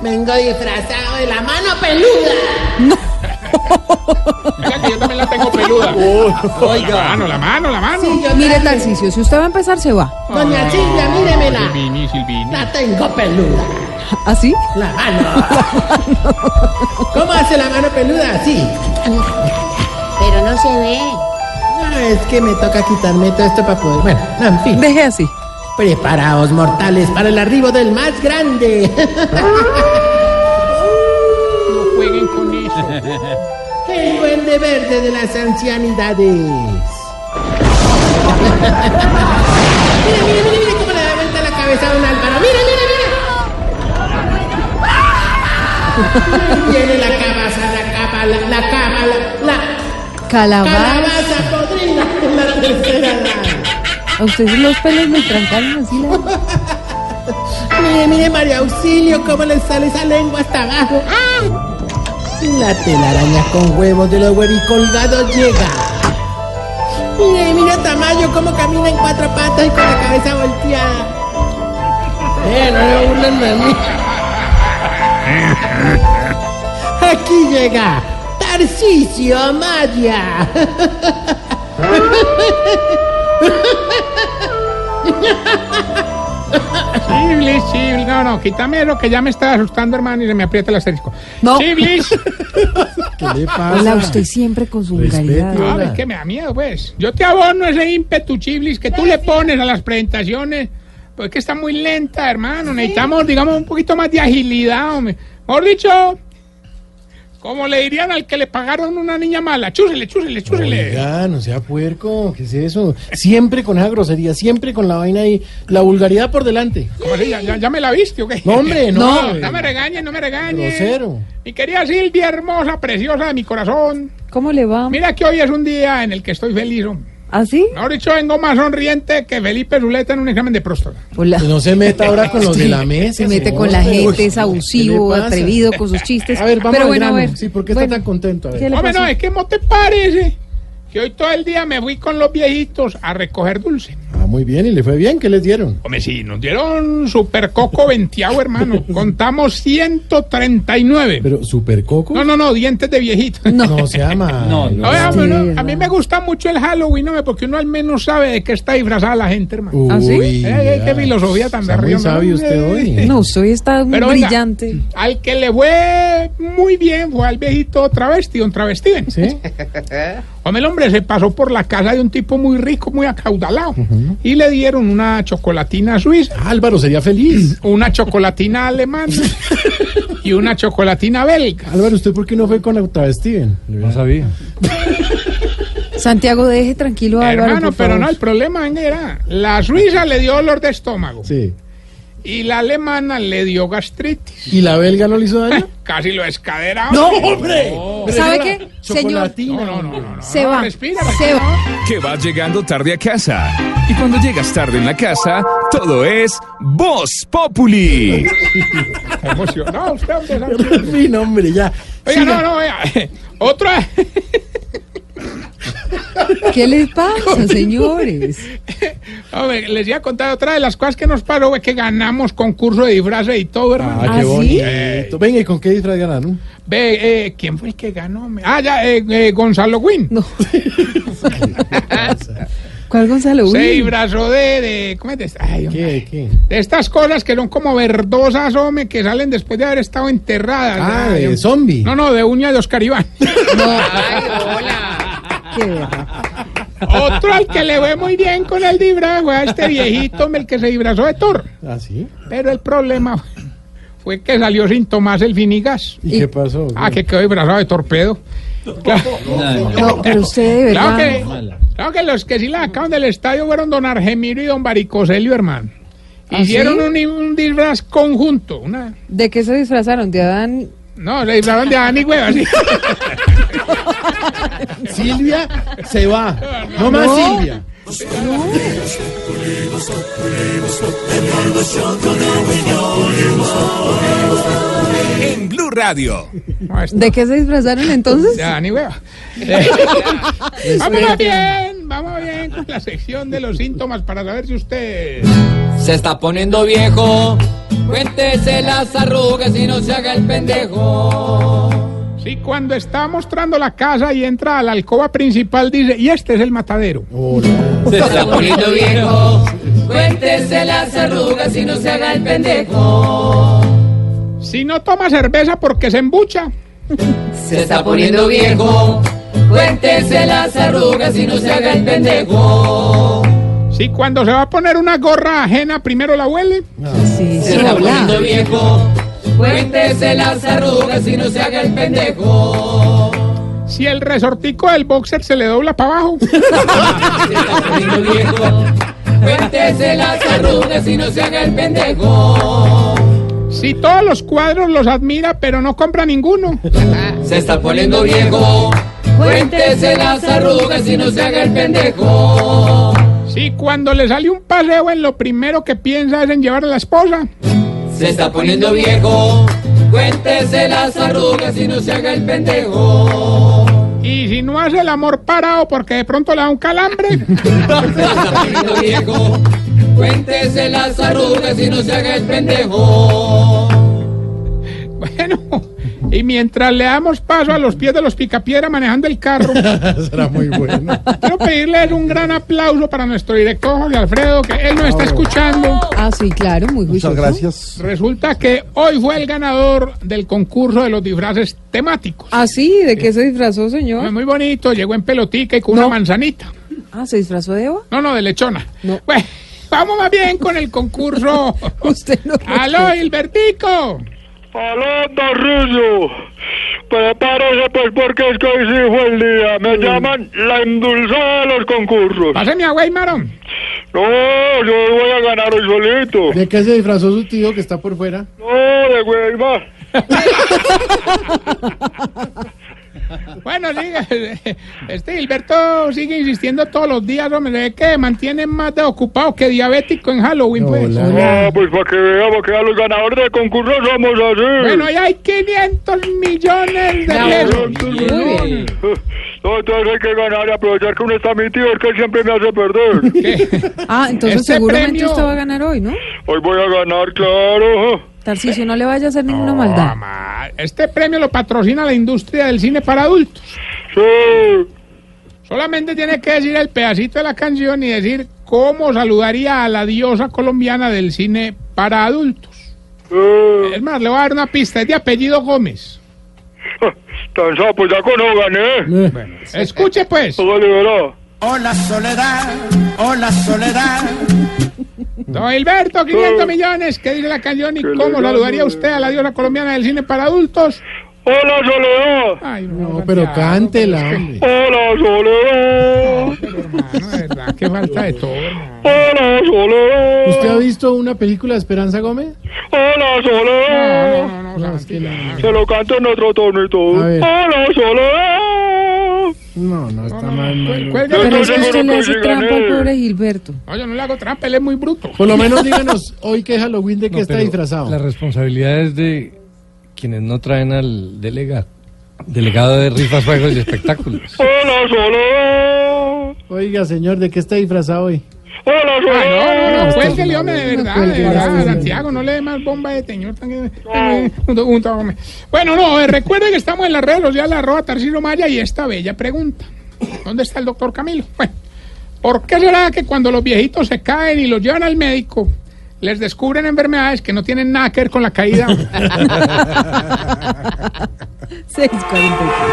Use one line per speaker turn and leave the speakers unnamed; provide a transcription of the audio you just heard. Vengo disfrazado de la mano peluda.
Mira que yo también la tengo peluda. La mano, la mano, la mano.
Sí, yo
Mire,
también.
Tarcicio, si usted va a empezar, se va.
Doña
Ah.
Silvia,
Ay,
míremela.
Silvini, Silvini.
La tengo peluda.
¿Así?
La mano. ¿Cómo hace la mano peluda? Así.
Pero no se ve.
Ah, es que me toca quitarme todo esto para poder. Bueno, en fin.
Deje así.
Preparaos, mortales, para el arribo del más grande.
No jueguen con eso.
El duende verde de las ancianidades. mire, mire, mire, mire cómo le da vuelta la cabeza a don Álvaro. Mire, mire, mire. Ahí Viene la cabaza, la capa, la, la capa, la, la
Calabaza.
calabaza podrida en la tercera edad.
A usted los pelos me trancaron así. La...
Mire, mire, María Auxilio, cómo le sale esa lengua hasta abajo. La telaraña con huevos de los huevicolgados llega. Mira, mira a Tamayo cómo camina en cuatro patas y con la cabeza volteada. Eh, no le burlen de mí. Aquí llega Tarcisio Maya.
Chiblis, chiblis. No, no, quítame lo que ya me está asustando, hermano, y se me aprieta el asterisco.
No.
Chiblis.
¿Qué le
Hola, usted siempre con su vulgaridad.
No, es que me da miedo, pues. Yo te abono ese ímpetu, chiblis, que tú le pones a las presentaciones. Pues que está muy lenta, hermano. Necesitamos, digamos, un poquito más de agilidad, hombre. Mejor dicho, como le dirían al que le pagaron una niña mala. Chúsele, chúsele, chúsele.
Oiga, no sea puerco, ¿qué es eso? Siempre con esa grosería, siempre con la vaina ahí, la vulgaridad por delante.
¿Cómo así? ¿Ya, ya, ya me la viste o qué?
No, hombre, no.
No, no me regañes, no me regañes.
Grosero.
Mi querida Silvia, hermosa, preciosa de mi corazón.
¿Cómo le va?
Mira que hoy es un día en el que estoy feliz, hombre.
¿Así?
Mejor dicho, vengo más sonriente que Felipe Zuleta en un examen de próstata.
Hola.
No se meta ahora con los de la mesa.
Se mete
señor.
con la
Uy,
gente, es
¿qué
abusivo,
le pasa?
atrevido con sus chistes.
A ver, vamos
Pero
al
bueno, a
grano.
ver.
Sí, ¿por qué
Bueno,
está tan contento? A ver.
¿qué le
Hombre,
pasó?
no, es que no te parece que hoy todo el día me fui con los viejitos a recoger dulce.
Ah, muy bien, ¿y le fue bien? ¿Qué les dieron?
Hombre, sí, nos dieron super coco venteado, hermano. Contamos 139.
¿Pero supercoco?
No, no, no, dientes de viejito.
no. No se ama. No,
Oye, hombre, no,
¿verdad?
a mí me gusta mucho el Halloween, hombre, porque uno al menos sabe de qué está disfrazada la gente, hermano.
¿Ah, sí?
Uy,
Eh, eh, qué
ya.
filosofía tan
Está
de
muy
río,
sabio
¿no?
usted hoy.
No, usted hoy está
Pero venga.
brillante.
Al que le fue muy bien fue al viejito travesti, un travesti. ¿ven?
¿Sí?
Hombre, el hombre se pasó por la casa de un tipo muy rico, muy acaudalado, y le dieron una chocolatina suiza,
Álvaro sería feliz.
una chocolatina alemana y una chocolatina belga.
Álvaro, ¿usted por qué no fue con Octavia Steven? No sabía.
Santiago, deje tranquilo a Álvaro.
Hermano,
por
pero
favor.
no, el problema venga, era, la suiza le dio olor de estómago
Sí.
y la alemana le dio gastritis.
¿Y la belga no le hizo daño?
Casi lo escaderaron.
No,
¡Hombre!
¿Sabe qué? Señor,
No, no, no, no, no,
Se
no,
va.
respira,
Se
respira.
va.
que va llegando tarde a casa. Y cuando llegas tarde en la casa, todo es Voz Populi.
Se emocionó usted, hombre, ¿sabe?
En fin, hombre, ya.
Oiga, no, no, oiga. Otra.
¿Qué les pasa, señores?
Hombre, les voy a contar otra de las cosas que nos paró, es que ganamos concurso de disfraces y todo, hermano.
¿Ah,
Ah, qué
sí?
bonito. Venga, ¿y con qué disfraz ganaron?
Ve, eh, ¿quién fue el que ganó? hombre? Ah, ya, eh, eh, Gonzalo Win.
No. ¿Cuál Gonzalo? Uy,
Se disfrazó de, de- ¿Cómo es? de- ay, hombre,
¿Qué? ¿Qué?
de estas cosas que son como verdosas, hombre, que salen después de haber estado enterradas.
Ah,
Ay,
de
hombre.
zombie.
No, no, de uña de Oscar Iván.
qué verra.
Otro al que le fue muy bien con el disfraz, fue a este viejito, hombre, el que se disfrazó de Thor.
¿Ah, sí?
Pero el problema fue que salió sin tomarse el finigas.
¿Y, qué pasó?
Ah, que quedó disfrazado de torpedo. Claro.
No, pero usted de
Claro
verdad.
que, claro que los que sí la sacaron del estadio fueron don Argemiro y don Baricoselio, hermano.
¿Ah,
Hicieron
sí?
un, un disfraz conjunto. Una,
¿De qué se disfrazaron? ¿De Adán?
no, le disfrazaron de Adán y Hueva, sí.
Silvia se va. No más Silvia.
En Blue Radio.
No, este, esto-
¿De qué se disfrazaron entonces?
de Adán y Hueva. Eh, Vámonos bien, vamos bien con la sección de los síntomas para saber si usted...
Se está poniendo viejo. Cuéntese las arrugas y no se haga el pendejo.
Si cuando está mostrando la casa y entra a la alcoba principal dice, y este es el matadero.
Se está poniendo viejo. Cuéntese las arrugas y no se haga el pendejo.
Si no toma cerveza porque se embucha.
Se está poniendo viejo. Cuéntese las arrugas y no se haga el pendejo.
Si cuando se va a poner una gorra ajena primero la huele.
Sí,
Se
sí,
está
habla.
poniendo viejo. Cuéntese las arrugas y no se haga el pendejo.
Si el resortico del boxer se le dobla para abajo.
Se está poniendo viejo. Cuéntese las arrugas y no se haga el pendejo.
Si todos los cuadros los admira pero no compra ninguno.
Se está poniendo viejo. Cuéntese las arrugas y no se haga el pendejo.
Si cuando le sale un paseo en lo primero que piensa es en llevar a la esposa.
Se está poniendo viejo. Cuéntese las arrugas y no se haga el pendejo.
Y si no hace el amor parado porque de pronto le da un calambre.
Se está poniendo viejo. Cuéntese las arrugas y no se haga el pendejo.
Bueno, y mientras le damos paso a los pies de los picapiedra manejando el carro,
Será muy bueno.
quiero pedirles un gran aplauso para nuestro director Jorge Alfredo, que él nos está escuchando.
Ah, sí, claro, muy juicioso.
Muchas gracias.
Resulta que hoy fue el ganador del concurso de los disfraces temáticos.
Ah, sí, ¿de qué se disfrazó, señor?
Muy bonito, llegó en pelotica y con una manzanita.
Ah, ¿se disfrazó de Eva?
No, no, de lechona.
No.
Bueno, vamos más bien con el concurso.
Usted no.
¡Aló, Hilbertico!
Aló, Barrillo. Prepárese pues porque es que hoy sí fue el día. Me llaman la endulzada de los concursos.
Páseme a Weimarón.
No, yo voy a ganar hoy solito.
¿De qué se disfrazó su tío que está por fuera?
No, de güey más.
Bueno, siga. Este Gilberto sigue insistiendo todos los días, hombre. Se ve que mantiene más de ocupado que diabético en Halloween, pues.
Ah, pues para que vea, para que vea, los ganadores de concursos somos así.
Bueno, ahí hay 500 millones de pesos.
Muy
bien.
No, entonces hay que ganar y aprovechar que uno está metido, es que él siempre me hace perder.
Ah, entonces
Ese
seguramente
premio-
usted va a ganar hoy, ¿no?
Hoy voy a ganar, claro.
Tarcisio, no le vaya a hacer ninguna maldad.
Mamá, Este premio lo patrocina la industria del cine para adultos.
Sí.
Solamente tiene que decir el pedacito de la canción y decir cómo saludaría a la diosa colombiana del cine para adultos.
Eh,
Es más, le voy a dar una pista. Es de apellido Gómez.
tan sapo, ya con no gané.
Escuche, pues.
Todo liberado.
Hola soledad, hola soledad.
Don Hilberto, 500 millones, ¿qué dice la canción? ¿Y
Qué
cómo
legal,
saludaría
güey.
usted a la diosa colombiana del cine para adultos?
Hola Soledad,
Ay,
Ah, No, pero cántela, hombre.
hola Soledad,
Pero, hermano, de verdad, qué falta de todo. hermano.
hola
¿Usted ha
Soledad,
visto una película de Esperanza Gómez?
hola
No,
Soledad,
no, no,
No,
no,
es que la-
se lo canto en otro tono y todo.
A ver.
Hola Soledad,
No, no, está mal, mal.
Cuelga-
Pero es
Yo
que
seguro
usted le
que
hace
sí
trampa al
gané.
pobre Gilberto.
No, yo no le hago trampa, él es muy bruto.
Por lo menos díganos hoy que es Halloween de qué está
pero
disfrazado.
La responsabilidad es de quienes no traen al delegado. Delegado de rifas, juegos y espectáculos.
hola Soledad,
Oiga, señor, ¿de qué está disfrazado hoy?
hola
Ah, no, no, no,
Soledad.
cuélguele, hombre, de verdad, de
cuelgue,
verdad,
sí,
Santiago, no le dé más bomba de señor. tan- eh, junto- junto, hombre. Bueno, no, eh, recuerden que estamos en las redes sociales, arroba Tarcilo Maya, y esta bella pregunta. ¿Dónde está el doctor Camilo? Bueno, ¿por qué será que cuando los viejitos se caen y los llevan al médico, les descubren enfermedades que no tienen nada que ver con la caída?
6.43.